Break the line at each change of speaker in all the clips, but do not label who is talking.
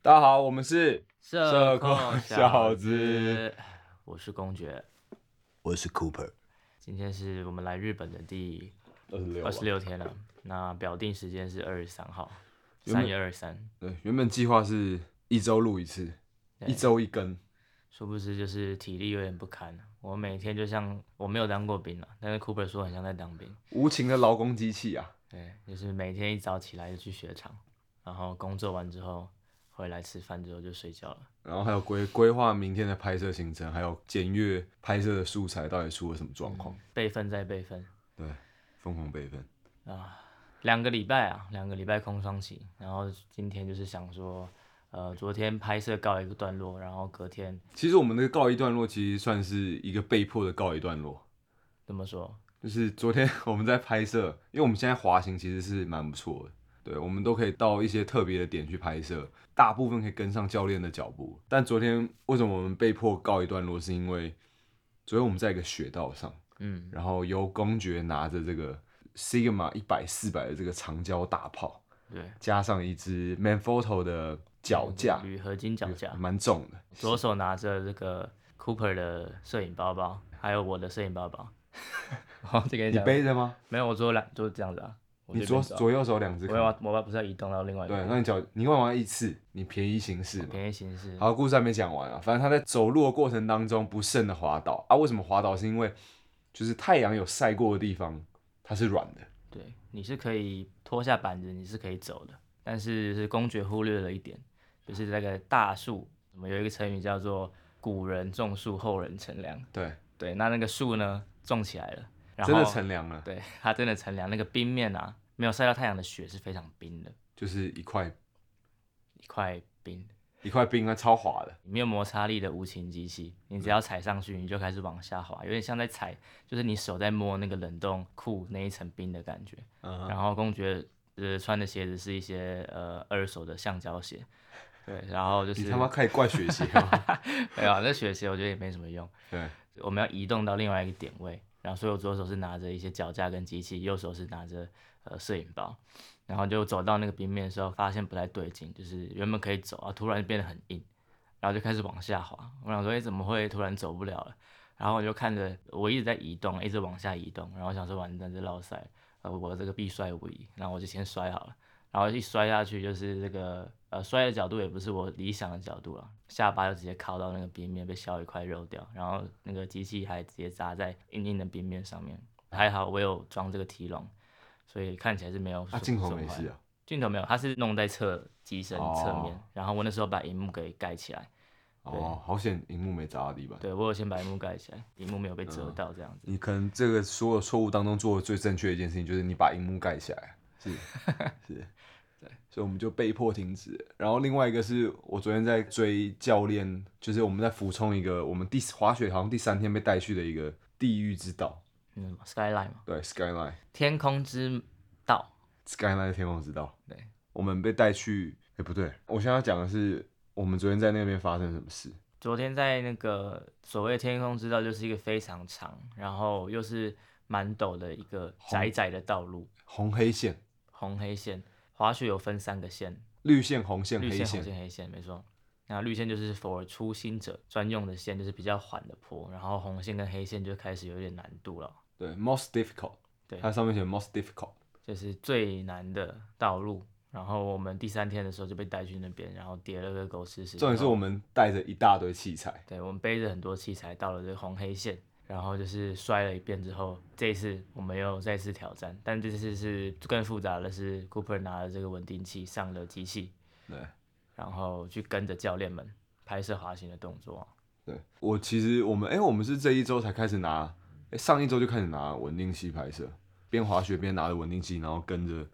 大家好，我们是
社恐
小
小
子
子，我是公爵。
我是 Cooper，
今天是我们来日本的第
二十六啊
二十六天了，那表定时间是二十三号，
原本
三月二十三，
对，原本计划是一周录一次，
对
一周一根，
殊不知就是体力有点不堪。我每天就像我没有当过兵了，啊但是 Cooper 说很像在当兵。
无情的劳工机器啊！
对，就是每天一早起来就去雪场，然后工作完之后回来吃饭之后就睡觉了。
然后还有规规划明天的拍摄行程，还有检阅拍摄的素材到底出了什么状况，
备份再备份
对，疯狂备份。
啊，两个礼拜啊，两个礼拜空窗期，然后今天就是想说，呃，昨天拍摄告一个段落，然后隔天
其实我们的告一段落，其实算是一个被迫的告一段落。
怎么说？
就是昨天 我们在拍摄，因为我们现在滑行其实是蛮不错的，对，我们都可以到一些特别的点去拍摄，大部分可以跟上教练的脚步。但昨天为什么我们被迫告一段落，是因为昨天我们在一个雪道上，
嗯，
然后由公爵拿着这个 Sigma 一百四百的这个长焦大炮，
对，
加上一支 Manfrotto 的脚架，
铝合金嗯脚架，
蛮重的，
左手拿着这个 Cooper 的摄影包包，还有我的摄影 包包。好，这个
你背着吗？
没有，我左两就是这样子啊。我
你
这
左
边走
左右手两只
我
扛，
要我要不是要移动到另外一
对，
边，
那你脚你干嘛一次？你便宜行事嘛。
便宜形式。
好，故事还没讲完啊。反正他在走路的过程当中不慎的滑倒啊。为什么滑倒？是因为就是太阳有晒过的地方，它是软的。
对，你是可以脱下板子，你是可以走的，但是是公爵忽略了一点，就是那个大树，我们有一个成语叫做“古人种树，后人乘凉
对，”。
对，那那个树呢，种起来了，然后
真的乘凉了，
对，它真的乘凉，那个冰面啊，没有晒到太阳的雪是非常冰的，
就是一块
一块冰，
一块冰啊，超滑的。
没有摩擦力的无情机器，你
嗯
只要踩上去，你就开始往下滑，有点像在踩，就是你手在摸那个冷冻库那一层冰的感觉。
嗯
然后公爵呃穿的鞋子是一些呃二手的橡胶 鞋，对，然后就是
你他妈开始怪雪鞋吗？
没有啊那雪鞋，我觉得也没什么用。
对，
我们要移动到另外一个点位，然后所以我左手是拿着一些脚架跟机器，右手是拿着呃摄影包，然后就走到那个冰面的时候，发现不太对劲，就是原本可以走啊，突然变得很硬，然后就开始往下滑。我想说，哎、怎么会突然走不了了？然后我就看着我一直在移动，一直往下移动，然后我想说完蛋，这落塞，呃，我这个必摔无疑，然后我就先摔好了。然后一摔下去就是这个呃摔的角度也不是我理想的角度了，下巴就直接靠到那个冰面，被削一块肉掉，然后那个机器还直接砸在硬硬的冰面上面。还好我有装这个提笼，所以看起来是没有
啊，
损。
镜头
损
没
坏
事啊。
镜头没有，它是弄在侧机身
哦
侧面，然后我那时候把荧幕给盖起来，
哦，好险，荧幕没砸到地板。
对我有先把荧幕盖起来，荧幕没有被遮到这样子。
你可能这个所有错误当中做的最正确的一件事情，就是你把荧幕盖起来。是 是，对，所以我们就被迫停止了。然后另外一个是我昨天在追教练，就是我们在俯冲一个我们第滑雪好像第三天被带去的一个地狱之道，
嗯，skyline 嘛，
对，skyline
天空之道，
skyline 的天空之道。
对，
我们被带去，哎、不对，我现在要讲的是我们昨天在那边发生什么事。
昨天在那个所谓天空之道，就是一个非常长，然后又是蛮陡的一个窄窄的道路，
红黑线、
红黑线。滑雪有分三个线，
绿线、红线、
绿
黑
线、红
线，
线、黑线，没错。那绿线就是 for 初心者专用的线，就是比较缓的坡，然后红线跟黑线就开始有点难度了，
对，most difficult，
对
它上面写 most difficult。
就是最难的道路。然后我们第三天的时候就被带去那边，然后叠了个狗吃屎。
重点是我们带着一大堆器材，
对，我们背着很多器材到了这个红黑线，然后就是摔了一遍之后，这一次我们又再次挑战，但这次是更复杂的是，Cooper 拿了这个稳定器上了机器，
对
然后去跟着教练们拍摄滑行的动作。啊
对，我其实我们哎、我们是这一周才开始拿，哎、上一周就开始拿稳定器拍摄，边滑雪边拿着稳定器，然后跟着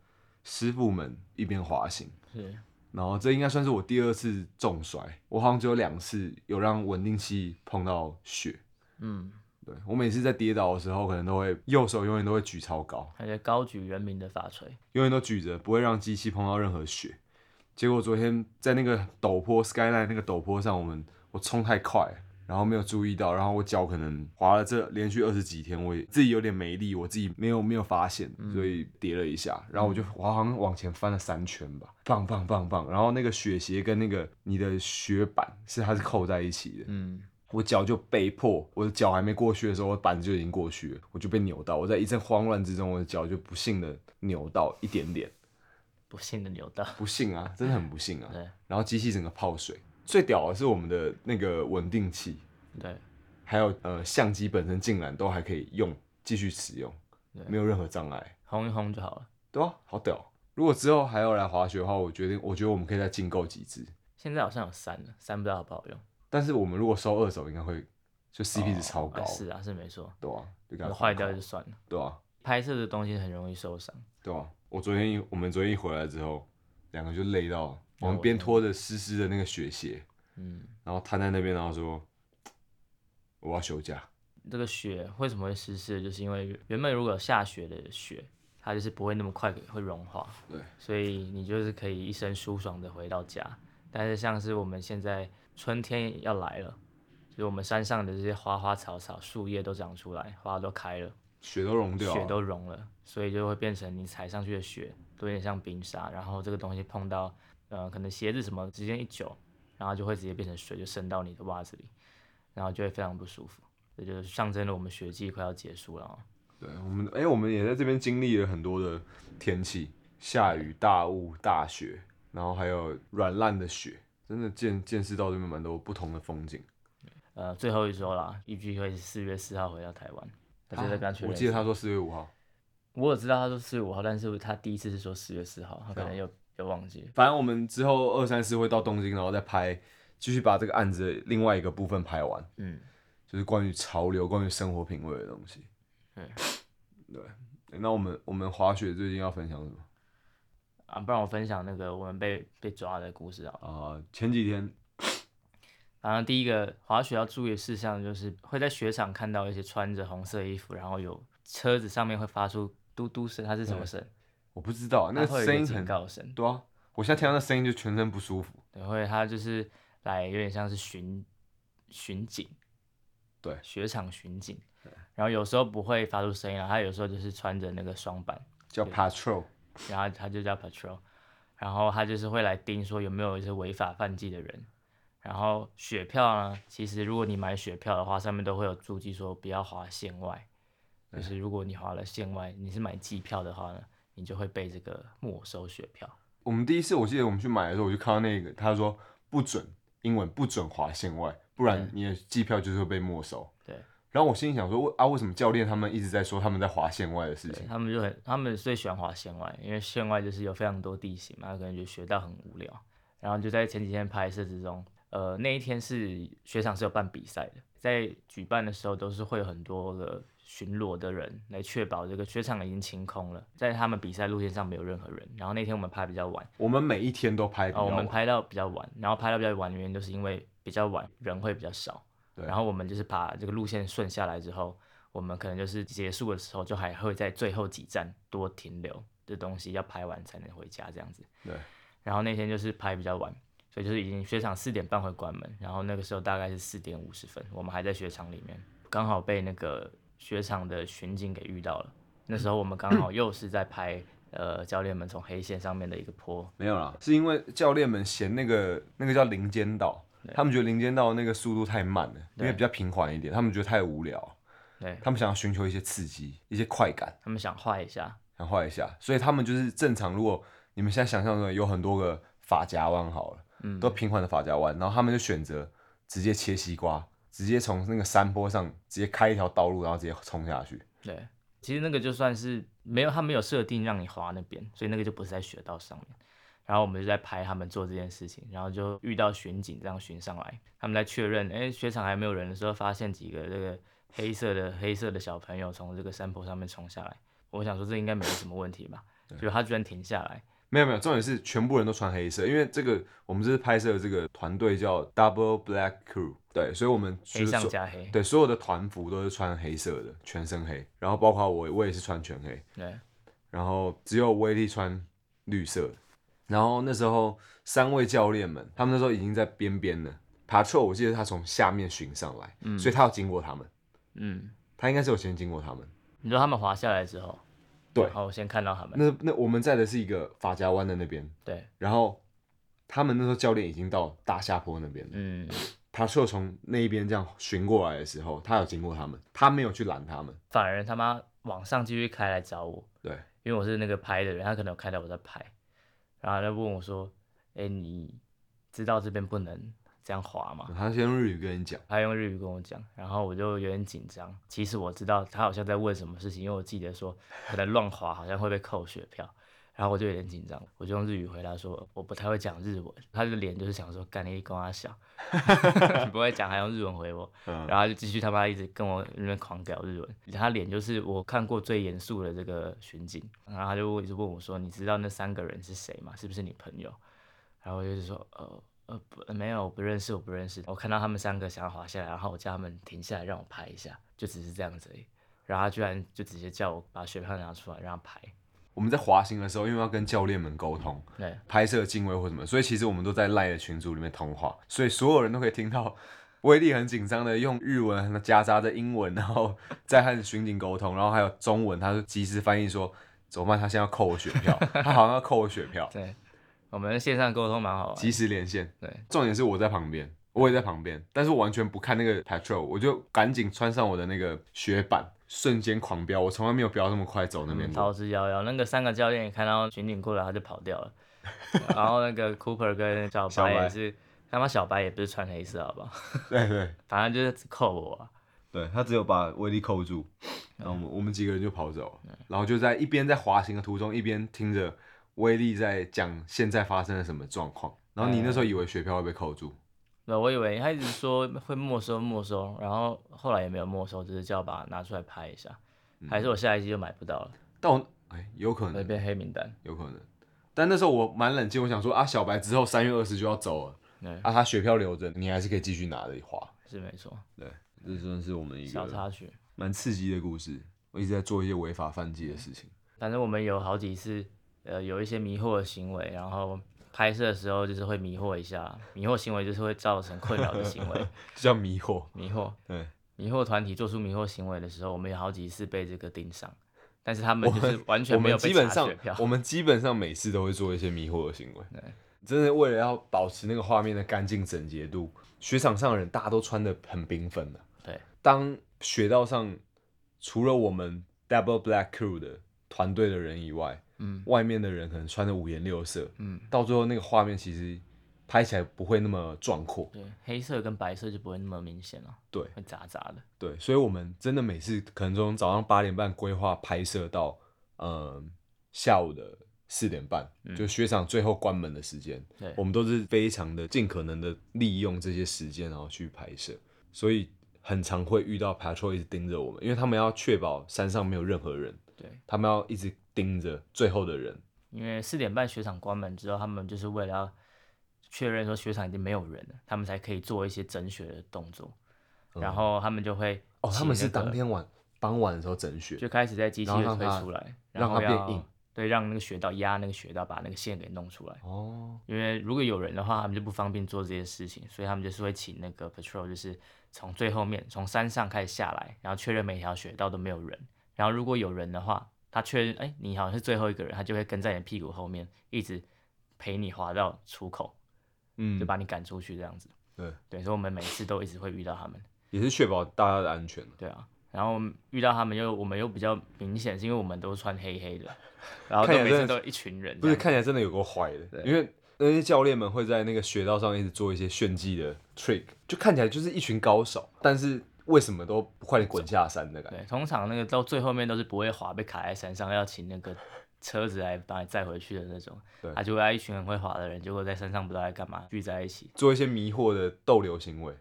师傅们一边滑行。
是，
然后这应该算是我第二次重摔，我好像只有两次有让稳定器碰到雪。
嗯，
对我每次在跌倒的时候，可能都会右手永远都会举超高，
而且高举人民的法锤，
永远都举着，不会让机器碰到任何雪。结果昨天在那个陡坡 skyline 那个陡坡上，我们我冲太快了，然后没有注意到，然后我脚可能滑了这连续二十几天，我也自己有点没力，我自己没有没有发现，所以跌了一下，然后我就我好像往前翻了三圈吧，棒棒棒棒，然后那个雪鞋跟那个你的雪板是它是扣在一起的，
嗯，
我脚就被迫，我的脚还没过去的时候，我板子就已经过去了，我就被扭到。我在一阵慌乱之中，我的脚就不幸的扭到一点点，
不幸的扭到，
不幸啊，真的很不幸啊。
对
然后机器整个泡水，最屌的是我们的那个稳定器，
对
还有呃相机本身竟然都还可以用，继续使用
对，
没有任何障碍，
轰一轰就好了。
对啊，好屌。如果之后还要来滑雪的话，我决定，我觉得我们可以再进购几只，
现在好像有三了，三不知道好不好用。
但是我们如果收二手，应该会就 CP 值超
啊
高，
是啊，是没错，
对啊，就给它
有坏掉
放
就
好，
算了。
对啊。
拍摄的东西很容易受伤，
对啊，我昨天一我们昨天一回来之后，两个就累到，我们
我
边
天
拖着湿湿的那个雪鞋，
嗯，
然后瘫在那边，然后说我要休假。
这个雪为什么会湿湿？就是因为原本如果有下雪的雪，它就是不会那么快给会融化，
对，
所以你就是可以一身舒爽的回到家。但是像是我们现在春天要来了，就是我们山上的这些花花草草、树叶都长出来，花都开了，
雪都融掉了，
雪都融了，所以就会变成你踩上去的雪都有点像冰沙，然后这个东西碰到呃可能鞋子什么时间一久，然后就会直接变成水，就渗到你的袜子里，然后就会非常不舒服。这就是象征了我们雪季快要结束了哦。
对我们，哎、我们也在这边经历了很多的天气，下雨、大雾、大雪，然后还有软烂的雪，真的见见识到这边蛮多不同的风景。
呃，最后一周啦，预计会四月四号回到台湾。但是再跟他确
啊我
认一
记得
下，
他说四月五号，
我有知道他说四月五号，但是他第一次是说四月四号，他可
这
能
样
又又忘记了。
反正我们之后二三四会到东京，然后再拍，继续把这个案子的另外一个部分拍完。
嗯，
就是关于潮流、关于生活品味的东西。
对
对，诶那我们我们滑雪最近要分享什么？
啊，不然我分享那个我们被被抓的故事好了。
啊、前几天
然后第一个滑雪要注意的事项就是会在雪场看到一些穿着红色衣服，然后有车子上面会发出嘟嘟声，它是什么声？
我不知道，那
它会有
声
一个
音
警
很
告声，
对啊，我现在听到那声音就全身不舒服。
对，会它就是来有点像是巡巡警，
对
雪场巡警。然后有时候不会发出声音啊，它有时候就是穿着那个双板，
叫 patrol，
然后他就叫 patrol，然后他就是会来盯说有没有一些违法犯纪的人。然后雪票呢，其实如果你买雪票的话，上面都会有注记说不要划线外，就是如果你划了线外，你是买季票的话呢，你就会被这个没收雪票。
我们第一次我记得我们去买的时候，我就看到那个他说不准英文不准划线外，不然你的机票就是会被没收。
对，
然后我心里想说，为啊，为什么教练他们一直在说他们在划线外的事情？
他们就很，他们最喜欢滑线外，因为线外就是有非常多地形嘛，可能就学到很无聊。然后就在前几天拍摄之中，呃，那一天是雪场是有办比赛的，在举办的时候都是会有很多的巡逻的人来确保这个雪场已经清空了，在他们比赛路线上没有任何人。然后那天我们拍比较晚，
我们每一天都拍比较
哦，
晚，
我们拍到比较晚，然后拍到比较晚的原因就是因为比较晚人会比较少，
对
然后我们就是把这个路线顺下来之后，我们可能就是结束的时候就还会在最后几站多停留这东西要拍完才能回家这样子。
对，
然后那天就是拍比较晚，所以就是已经雪场四点半会关门，然后那个时候大概是四点五十分，我们还在雪场里面，刚好被那个雪场的巡警给遇到了。那时候我们刚好又是在拍，呃，教练们从黑线上面的一个坡，
没有啦，是因为教练们嫌那个那个叫林间道，他们觉得林间道那个速度太慢了，因
对
为比较平缓一点，他们觉得太无聊，
对
他们想要寻求一些刺激、一些快感，
他们想画一下，
想画一下，所以他们就是正常。如果你们现在想象中有很多个发夹弯好了，
嗯
都平缓的发夹弯，然后他们就选择直接切西瓜，直接从那个山坡上直接开一条道路，然后直接冲下去。
对，其实那个就算是没有，他没有设定让你滑那边，所以那个就不是在雪道上面。然后我们就在拍他们做这件事情，然后就遇到巡警这样巡上来，他们在确认，哎，雪场还没有人的时候，发现几个这个黑色的黑色的小朋友从这个山坡上面冲下来。我想说这应该没什么问题吧，结果他居然停下来，
没有没有，重点是全部人都穿黑色，因为这个我们这次拍摄的这个团队叫 Double Black Crew，对，所以我们就
黑
是
上
所
加黑，
对，所有的团服都是穿黑色的，全身黑，然后包括我，我也是穿全黑，
对
然后只有威力穿绿色的。然后那时候三位教练们，他们那时候已经在边边了， Patrol 我记得他从下面巡上来，
嗯
所以他要经过他们，
嗯，
他应该是有先经过他们。
你说他们滑下来之后，
对
然后我先看到他们，
那那我们在的是一个法家湾的那边，
对，
然后他们那时候教练已经到大下坡那边了。
嗯，
Patrol 从那一边这样巡过来的时候，他有经过他们，他没有去拦他们。
反而他妈往上继续开来找我，
对，
因为我是那个拍的人，他可能有看到我在拍，然后他就问我说：“哎、你知道这边不能这样滑吗
他先用日语跟你讲？”，
他用日语跟我讲，然后我就有点紧张。其实我知道他好像在问什么事情，因为我记得说可能乱滑好像会被扣雪票，然后我就有点紧张，我就用日语回答说我不太会讲日文。他的脸就是想说干你跟他小， 你不会讲还用日文回我，
嗯
然后他就继续他妈一直跟我那边狂屌日文，他脸就是我看过最严肃的这个巡警，然后他就一直问我说：“你知道那三个人是谁吗？是不是你朋友？”然后我就是说：“呃呃，不，没有，我不认识，我不认识。”我看到他们三个想要滑下来，然后我叫他们停下来让我拍一下，就只是这样子而已。然后他居然就直接叫我把学票拿出来让他拍，
我们在滑行的时候，因为要跟教练们沟通
对，
拍摄敬畏或什么，所以其实我们都在赖的群组里面通话，所以所有人都可以听到威力很紧张的用日文夹杂着英文，然后再和巡警沟通，然后还有中文，他就及时翻译说怎么办？他现在要扣我选票， 他好像要扣我选票，
对，我们线上沟通蛮好玩
及
的，
时连线。
对，
重点是我在旁边，我也在旁边，但是我完全不看那个 patrol，我就赶紧穿上我的那个雪板，瞬间狂飙，我从来没有飙这么快走那边
嗯，
过。
逃之夭夭。那个三个教练也看到巡警过来，他就跑掉了。然后那个 Cooper 跟小
小白
白也是，他妈小白也不是穿黑色，好不好？
对对
反正就是扣我、啊。
对，他只有把威力扣住，然后我嗯们我们几个人就跑走了，然后就在一边在滑行的途中，一边听着威力在讲现在发生了什么状况。然后你那时候以为雪票会被扣住，
那我以为他一直说会没收没收，然后后来也没有没收，只是叫我把它拿出来拍一下。还
嗯
是我下一季就买不到了，
但我哎有可
会
能
变黑名单。
有可能，但那时候我蛮冷静，我想说啊小白之后三月二十就要走了，
对，
啊他雪票留着，你还是可以继续拿着滑。
是没错，
对，这算是我们一
小插曲。
蛮刺激的故事。我一直在做一些违法犯纪的事情。
反正我们有好几次，呃，有一些迷惑的行为，然后拍摄的时候就是会迷惑一下，迷惑行为就是会造成困扰的行为，
就叫迷惑。
迷惑。
对，
迷惑团体做出迷惑行为的时候，我们有好几次被这个盯上，但是他们就是完全没有
我们
被
基本
查
上
选票，
我们基本上每次都会做一些迷惑的行为
对。
真的为了要保持那个画面的干净整洁度，雪场上的人大家都穿的很缤纷的。
对，
当雪道上除了我们 Double Black Crew 的团队的人以外，
嗯
外面的人可能穿的五颜六色，
嗯，
到最后那个画面其实拍起来不会那么壮阔。
对，黑色跟白色就不会那么明显了，
对，
会杂杂的，
对，所以我们真的每次可能从早上八点半规划拍摄到嗯下午的四点半，
嗯
就雪场最后关门的时间，
对
我们都是非常的尽可能的利用这些时间，然后去拍摄，所以很常会遇到 patrol 一直盯着我们，因为他们要确保山上没有任何人，
对，
他们要一直盯着最后的人，
因为四点半雪场关门之后，他们就是为了要确认说雪场已经没有人了，他们才可以做一些整雪的动作，然后他们就会
嗯哦，他
请
们是
那个
当天晚傍晚的时候整雪，
就开始在机器
然后
里
让
推
它
出来，
让
然后
它变
要
硬，
对，让那个雪道压那个雪道，把那个线给弄出来。
哦，
因为如果有人的话，他们就不方便做这些事情，所以他们就是会请那个 patrol，就是从最后面从山上开始下来，然后确认每条雪道都没有人。然后如果有人的话，他确认哎、你好像是最后一个人，他就会跟在你屁股后面一直陪你滑到出口，
嗯
就，把你赶出去这样子。
对，
对，所以我们每次都一直会遇到他们。
也是确保大家的安全。
对啊，然后遇到他们又我们又比较明显，是因为我们都穿黑黑的，然后
看起来
都每
真
次
的
都一群人这
不是
样，
看起来真的有够坏的，
对
因为那些教练们会在那个雪道上一直做一些炫技的 trick，就看起来就是一群高手，但是为什么都不快点滚下山的感觉？
对，通常那个到最后面都是不会滑，被卡在山上，要请那个车子来把你载回去的那种。 啊
对
他就会要一群很会滑的人，结果在山上不知道在干嘛，聚在一起。
做一些迷惑的逗留行为，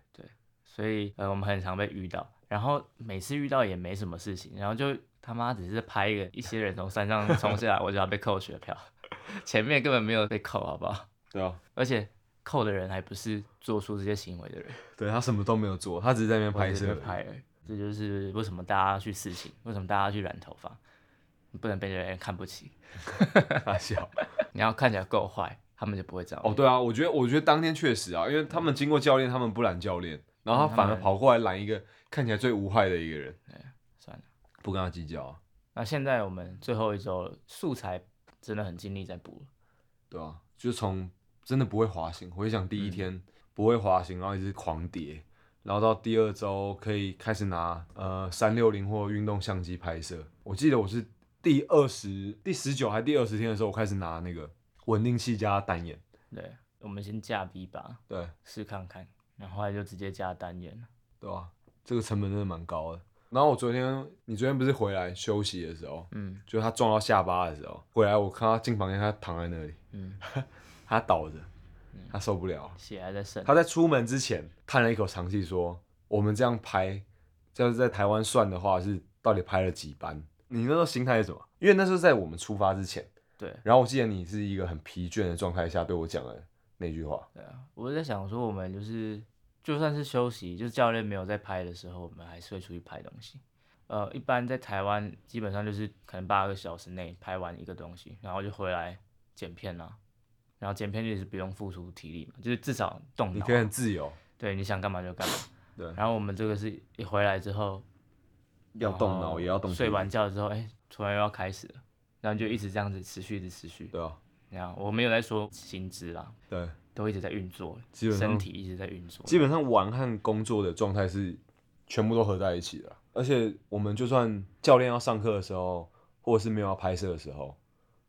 所以呃，我们很常被遇到，然后每次遇到也没什么事情，然后就他妈只是拍一个一些人从山上冲下来，我就要被扣雪票， 前面根本没有被扣，好不好？
对啊，
而且扣的人还不是做出这些行为的人，
对他什么都没有做，他只是在那边拍
我只
摄
是， 拍而已。这就是为什么大家去刺青，为什么大家去染头发，不能被人看不起。
大笑，
你要看起来够坏，他们就不会这样。
哦，对啊，我觉得我觉得当天确实啊，因为他们经过教练，他们不拦教练，然嗯后他反而跑过来拦一个看起来最无害的一个人，
算了。
不跟他计较啊，
那现在我们最后一周了素材真的很尽力在补了，
对啊，就从真的不会滑行，回想第一天不会滑行，然后一直狂跌，然后到第二周可以开始拿呃三六零或运动相机拍摄。我记得我是第二十、第十九还第二十天的时候，我开始拿那个稳定器加单眼，
对，我们先架 V 吧，
对
试看看，然后后来就直接加单元了。
对啊？这个成本真的蛮高的。然后我昨天，你昨天不是回来休息的时候，
嗯
就他撞到下巴的时候，回来我看他进房间，他躺在那里，
嗯，
他倒着，他受不了了。
血还在渗，
他在出门之前叹了一口长气，说：“我们这样拍，要是在台湾算的话，是到底拍了几班？”你那时候心态是什么？因为那时候在我们出发之前，
对
然后我记得你是一个很疲倦的状态下对我讲的那句话，
对啊，我在想说我们就是就算是休息，就是教练没有在拍的时候，我们还是会出去拍东西。呃，一般在台湾基本上就是可能八个小时内拍完一个东西，然后就回来剪片啦、啊然后剪片就是不用付出体力嘛，就是至少动
你
脑啊，
可以很自由，
对，你想干嘛就干嘛。
对
然后我们这个是一回来之后，
要
然
动
后
脑也要动
睡
体力
完觉之后，哎，突然又要开始了，然后就一直这样子持续，一直持续。
对啊，
然后我没有在说薪资啦，
对，
都一直在运作，
基本上
身体一直在运作。
基本上玩和工作的状态是全部都合在一起的啦。而且我们就算教练要上课的时候，或者是没有要拍摄的时候，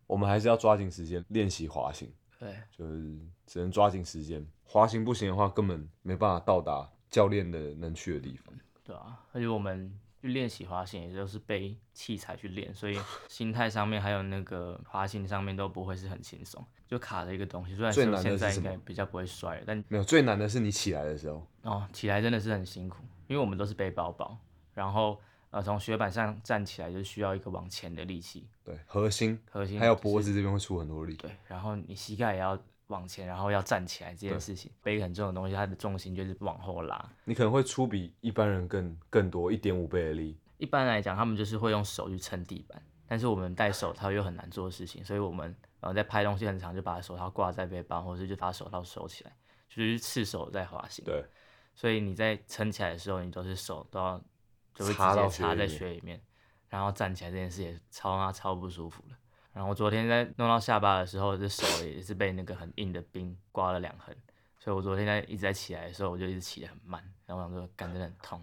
我们还是要抓紧时间练习滑行。
对，
就是只能抓紧时间。滑行不行的话，根本没办法到达教练的能去的地方。
对啊，而且我们去练习滑行，也就是背器材去练，所以心态上面还有那个滑行上面都不会是很轻松，就卡着一个东西。虽然
最
说
难的
现
是
在
什
应该
么
比较不会摔了，但
没有，最难的是你起来的时候，
哦，起来真的是很辛苦，因为我们都是背包包，然后呃从雪板上站起来就需要一个往前的力气，
对核心
核心
还有
就是
脖子这边会出很多力。
对，然后你膝盖也要往前，然后要站起来这件事情，背很重的东西，它的重心就是往后拉。
你可能会出比一般人更更多一点五倍的力。
一般来讲，他们就是会用手去撑地板，但是我们戴手套又很难做的事情，所以我们呃在拍东西很长就把手套挂在背包，或者是就把手套收起来，就是赤手在滑行。
对，
所以你在撑起来的时候，你都是手都要就会直
插
接
到
插
雪
在
里面
雪里面，然后站起来这件事也超啊超不舒服的。然后我昨天在弄到下巴的时候，这手也是被那个很硬的冰刮了两痕，所以我昨天在一直在起来的时候，我就一直起得很慢，然后我想说，感觉很痛，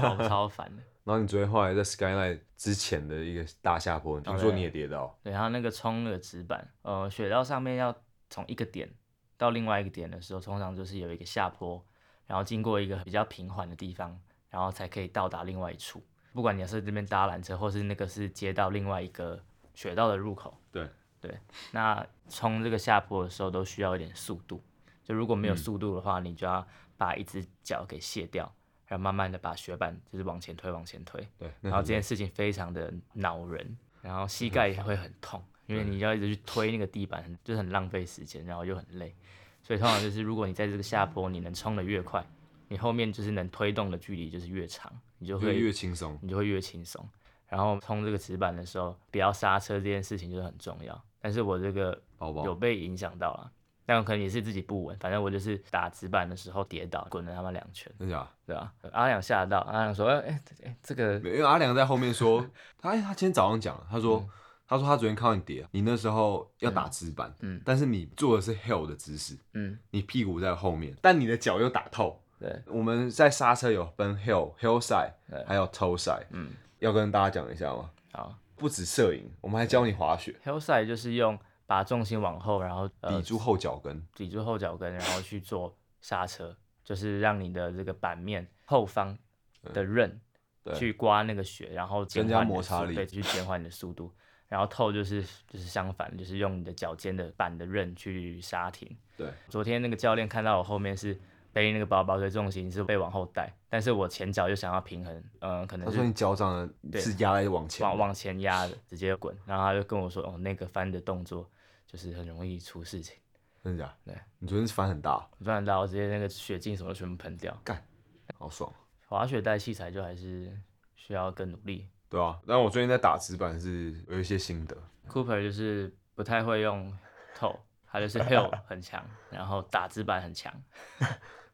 超 超烦的。
然后你昨天后来在 Skyline 之前的一个大下坡，听说你也跌倒，
哦对，然啊后那个冲那个直板，呃，雪道上面要从一个点到另外一个点的时候，通常就是有一个下坡，然后经过一个比较平缓的地方，然后才可以到达另外一处。不管你是这边搭缆车，或是那个是接到另外一个雪道的入口，
对
对，那冲这个下坡的时候都需要一点速度，就如果没有速度的话，你就要把一只脚给卸掉，然后慢慢的把雪板就是往前推，往前推，
对，那
然后
很
这件事情非常的恼人，然后膝盖也会很痛，因为你要一直去推那个地板，很就是很浪费时间，然后又很累。所以通常就是，如果你在这个下坡，你能冲的越快，你后面就是能推动的距离就是越长，你就
就
会
越轻松。
你就会越轻松。然后冲这个直板的时候，不要刹车这件事情就是很重要。但是我这个
包包
有被影响到了，但可能也是自己不稳，反正我就是打直板的时候跌倒，滚了他妈两圈，
真假？
对吧、阿良吓到，阿良说：“哎、哎、哎这个
没有因为阿良在后面说，他哎他今天早上讲了，他说、他说他昨天看到你跌，你那时候要打直板，
嗯嗯
但是你做的是 hill 的姿势，
嗯，
你屁股在后面，但你的脚又打透。
对，
我们在刹车有分 hill、hill side，
对
还有 toe side，
嗯，
要跟大家讲一下吗？
好
不止摄影，我们还教你滑雪，
，hillside 就是用把重心往后，然后呃
抵住后脚跟，
抵住后脚跟，然后去做刹车，就是让你的这个板面后方的刃
嗯对
去刮那个雪，然后减
增加
缓你的
摩擦
速
力
对，去减缓你的速度。然后透就是就是相反，就是用你的脚尖的板的刃去刹停。
对，
昨天那个教练看到我后面是背那个包包，所以重心是被往后带，但是我前脚就想要平衡，嗯、可能
他
是
说你脚掌
对
是压在往前的，
往往前压的，直接滚。然后他就跟我说，哦，那个翻的动作就是很容易出事情。
真的假？
对，
你昨天是翻很大，
不然到直接那个血镜什么全部喷掉。
好爽，
滑雪带器材就还是需要更努力。
对啊。但我最近在打直板是有一些心得，
Cooper 就是不太会用透，他就是 hill 很强，然后打字板很强。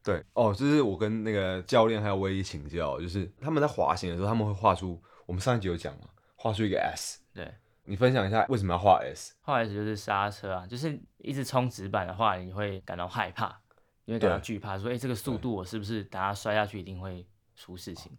对哦，就是我跟那个教练还有威一请教，就是他们在滑行的时候，他们会画出我们上一集有讲嘛，画出一个 S。
对，
你分享一下为什么要画 S？
后来就是刹车啊，就是一直冲直板的话，你会感到害怕，因为感到
对
惧怕，说哎、诶这个速
对哦
度我是不是等下摔下去一定会出事情，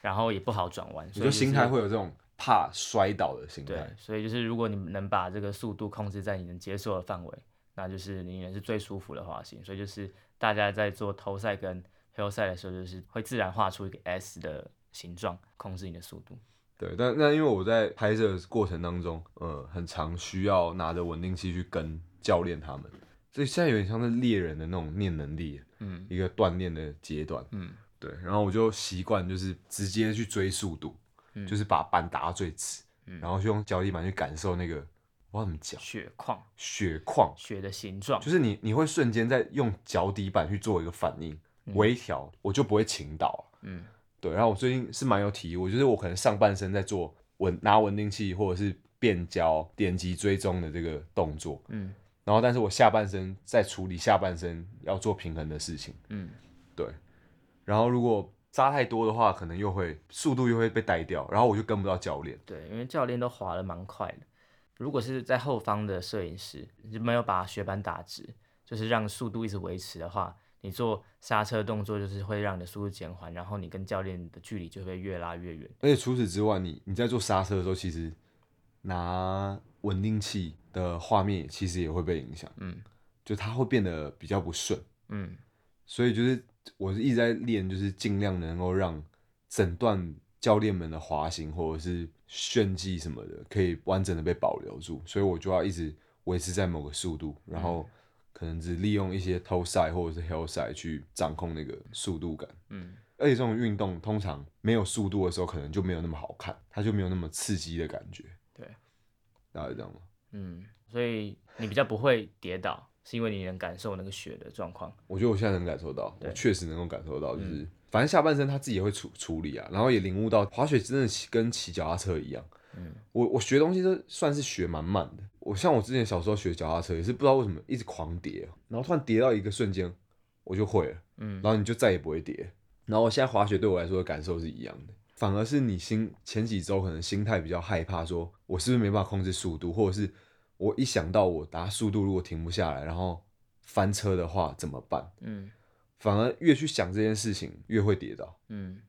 然后也不好转弯，
你
所以
就是心态会有这种怕摔倒的心
对
态，，
所以就是如果你能把这个速度控制在你能接受的范围，那就是你也是最舒服的滑行。所以就是大家在做头赛跟 hill 赛的时候，就是会自然画出一个 S 的形状，控制你的速度。
对，但那因为我在拍摄的过程当中，呃，很常需要拿着稳定器去跟教练他们，所以现在有点像是猎人的那种念能力，
嗯
一个锻炼的阶段。
嗯，
对，然后我就习惯就是直接去追速度，
嗯
就是把板打到最直，
嗯
然后就用脚底板去感受那个，我要怎么讲，
血矿、
血矿，
血的形状，
就是你你会瞬间在用脚底板去做一个反应，微调，我就不会倾倒了。
嗯
对，然后我最近是蛮有体悟，就是我可能上半身在做稳拿稳定器或者是变焦、点击追踪的这个动作，
嗯
然后但是我下半身在处理下半身要做平衡的事情，
嗯，
对。然后如果扎太多的话，可能又会速度又会被带掉，然后我就跟不到教练。
对，因为教练都滑的蛮快的。如果是在后方的摄影师就没有把雪板打直，就是让速度一直维持的话，你做刹车动作就是会让你的速度减缓，然后你跟教练的距离就会越拉越远。
而且除此之外，你你在做刹车的时候，其实拿稳定器的画面其实也会被影响，
嗯
就它会变得比较不顺。
嗯
所以就是我是一直在练，就是尽量能够让整段教练们的滑行或者是炫技什么的，可以完整的被保留住。所以我就要一直维持在某个速度，然后可能只利用一些偷赛或者是 hill 赛去掌控那个速度感。
嗯
而且这种运动通常没有速度的时候，可能就没有那么好看，它就没有那么刺激的感觉。
对，
大家知道吗？
嗯，所以你比较不会跌倒，是因为你能感受那个雪的状况。
我觉得我现在能感受到，我
对
确实能够感受到，就是、
嗯
反正下半身他自己也会处处理啊，然后也领悟到滑雪真的骑跟骑脚踏车一样。
嗯
我我学东西都算是学蛮慢的，我像我之前小时候学脚踏车也是不知道为什么一直狂跌，哦然后突然跌到一个瞬间我就会了，
嗯
然后你就再也不会跌。然后我现在滑雪对我来说的感受是一样的，反而是你心前几周可能心态比较害怕，说我是不是没办法控制速度，或者是我一想到我打速度如果停不下来，然后翻车的话怎么办？
嗯
反而越去想这件事情，越会跌倒。
嗯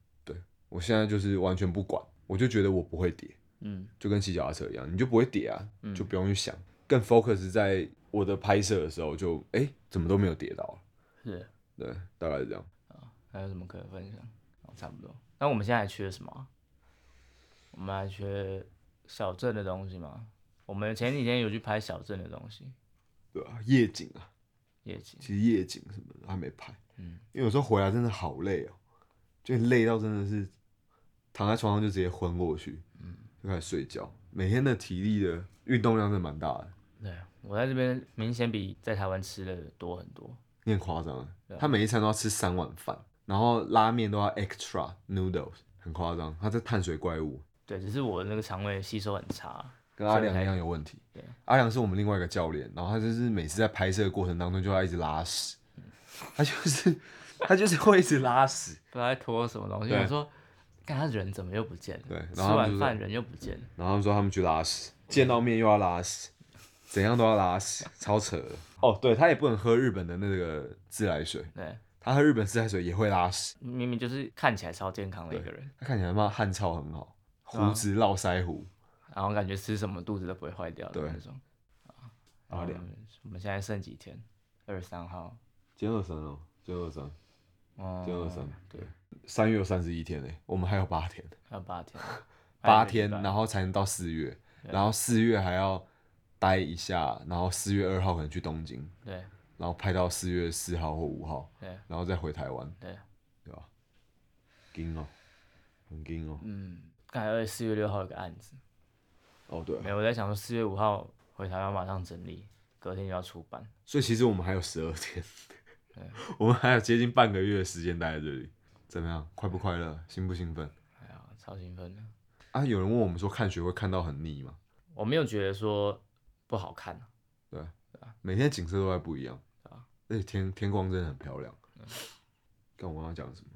我现在就是完全不管，我就觉得我不会跌，
嗯
就跟骑脚踏车一样，你就不会跌啊，
嗯
就不用去想，更 focus 在我的拍摄的时候就，哎怎么都没有跌倒，
是。
对，大概是这样。
还有什么可分享？哦差不多。那我们现在还缺什么啊？我们还缺小镇的东西吗？我们前几天有去拍小镇的东西，
对啊，夜景啊，
夜景。
其实夜景什么的还没拍，
嗯，
因为有时候回来真的好累哦，就累到真的是躺在床上就直接昏过去，嗯，就开始睡觉，每天的体力的运动量是蛮大的，
对我在这边明显比在台湾吃的多很多。
你很夸张啊
对！啊
他每一餐都要吃三碗饭，然后拉面都要 extra noodles，很夸张。他这碳水怪物，
对，只是我那个肠胃吸收很差。
跟阿良一样有问题
对。
阿良是我们另外一个教练，然后他就是每次在拍摄的过程当中就要一直拉屎，
嗯
他就是他就是会一直拉屎，
不知道在拖什么东西。
对
我说，看他人怎么又不见了？
对然
吃
后他们就
完
说
饭人又不见了。
然后他们说他们去拉屎，见到面又要拉屎，怎样都要拉屎，超扯的。哦，对他也不能喝日本的那个自来水，
对，
他喝日本自来水也会拉屎。
明明就是看起来超健康的一个人，
他看起来他妈汗臭很好，
对啊
胡子络腮胡。
然后感觉吃什么肚子都不会坏掉的
对
那种。啊
阿
然后
良
我们我们现在剩几天？二十三号。
今天二三哦，今天二三，
哦，
今天二三，
对，
三月有三十一天呢，我们还有八天，
还有八天，
八天，然
后
后才能到四月，
对
然后四月还要待一下，然后四月二号可能去东京，
对
然后拍到四月四号或五号，
对
然后再回台湾，
对，
对吧？惊哦，很惊哦。
嗯，刚才二四月六号有个案子，
哦对
没，有我在想说四月五号回台湾马上整理，隔天就要出版，
所以其实我们还有十二天， 我们还有接近半个月的时间待在这里，怎么样？快不快乐？兴不兴奋？
哎呀，超兴奋的。
啊，有人问我们说看雪会看到很腻吗？
我没有觉得说不好看啊，
对，每天景色都还不一样
对啊
而且天天光真的很漂亮。看我刚刚讲什么？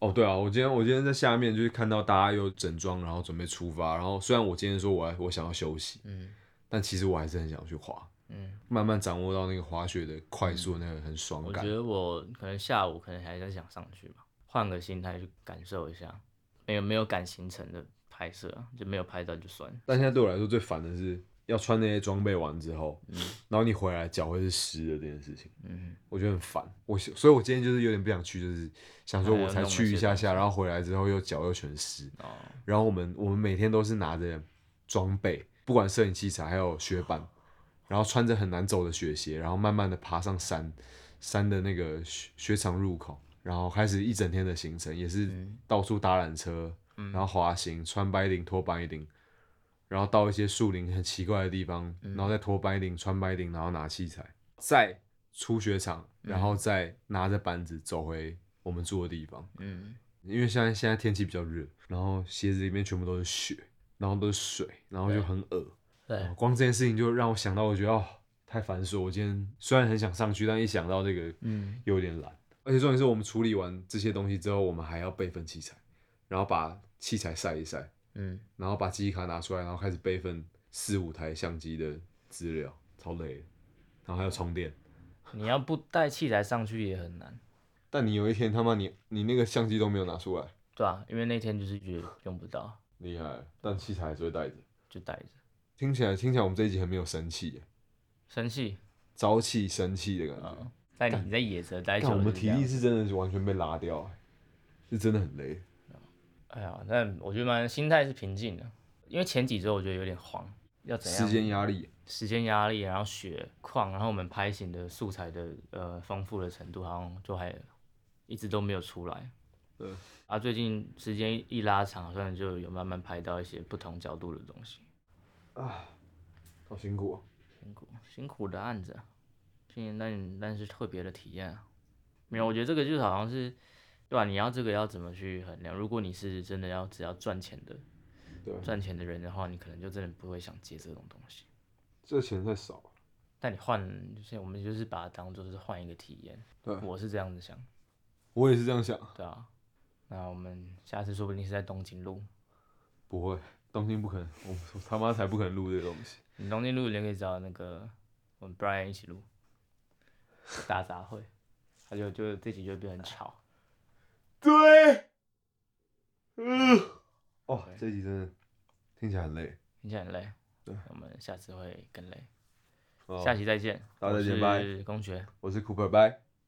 哦，对啊，我今天我今天在下面就是看到大家又整装，然后准备出发。然后虽然我今天说我还我想要休息，
嗯
但其实我还是很想去滑，
嗯，
慢慢掌握到那个滑雪的快速，那个很爽
我
感
觉。得我可能下午可能还在想上去吧，换个心态去感受一下，没有没有赶行程的拍摄啊，就没有拍到就算了。
但现在对我来说最烦的是要穿那些装备完之后，然后你回来脚会是湿的这件事情，
嗯，
我觉得很烦。我所以，我今天就是有点不想去，就是想说
还要
我才
弄哎那
去一
些
下
东
下，然后回来之后又脚又全湿。
哦，
然后我们我们每天都是拿着装备，不管摄影器材还有雪板，然后穿着很难走的雪鞋，然后慢慢的爬上山山的那个雪雪场入口，然后开始一整天的行程，也是
嗯
到处搭缆车，然后滑行，穿白领脱白领，然后到一些树林很奇怪的地方，然后再脱白领穿白领，然后拿器材，再出雪场，然后再拿着板子走回我们住的地方。
嗯，
因为现在现在天气比较热，然后鞋子里面全部都是雪，然后都是水，然后就很恶。
对
哦，光这件事情就让我想到，我觉得哦太繁琐。我今天虽然很想上去，但一想到这个，
嗯，
又有点懒。而且重点是我们处理完这些东西之后，我们还要备份器材，然后把器材晒一晒，
嗯，
然后把记忆卡拿出来，然后开始备份四五台相机的资料，超累的。然后还有充电。
你要不带器材上去也很难，
但你有一天他妈你你那个相机都没有拿出来，
对啊，因为那天就是觉得用不到，
厉害。但器材还是会带着。
就带着。
听起来听起来我们这一集很没有生气耶，
生气，
朝气生气的感觉。
嗯，在你在野泽待久
啊看
了
我们
是
体
这样
力是真的是完全被拉掉耶，是真的很累。
哎呀，但我觉得蛮心态是平静的，因为前几周我觉得有点慌，要怎样
时间压力，
时间压力，然后雪况，然后我们拍景的素材的呃丰富的程度，好像就还一直都没有出来。
对，
啊，最近时间一拉长，好像就有慢慢拍到一些不同角度的东西，
好辛苦、哦。
辛苦辛苦的案子啊，今年但但是特别的体验啊。没有，我觉得这个就是好像是，对吧、你要这个要怎么去衡量？如果你是真的要只要赚钱的
对啊，
赚钱的人的话，你可能就真的不会想接这种东西。
这钱太少了。
但你换，就是我们就是把它当做是换一个体验，
对
我是这样子想，
我也是这样想，
对啊。那我们下次说不定是在东京路，
不会，东京不可能，我我他妈才不可能录这个东西。
你东京路你就可以找那个我们 Brian 一起录 大杂烩，他就就这集就会变得很吵。
对，嗯，哦，这一集真的听起来很累。
听起来很累，
对
我们下次会更累。
哦
下期再见，
大家再见
我是
拜
公爵。
我是 Cooper，拜。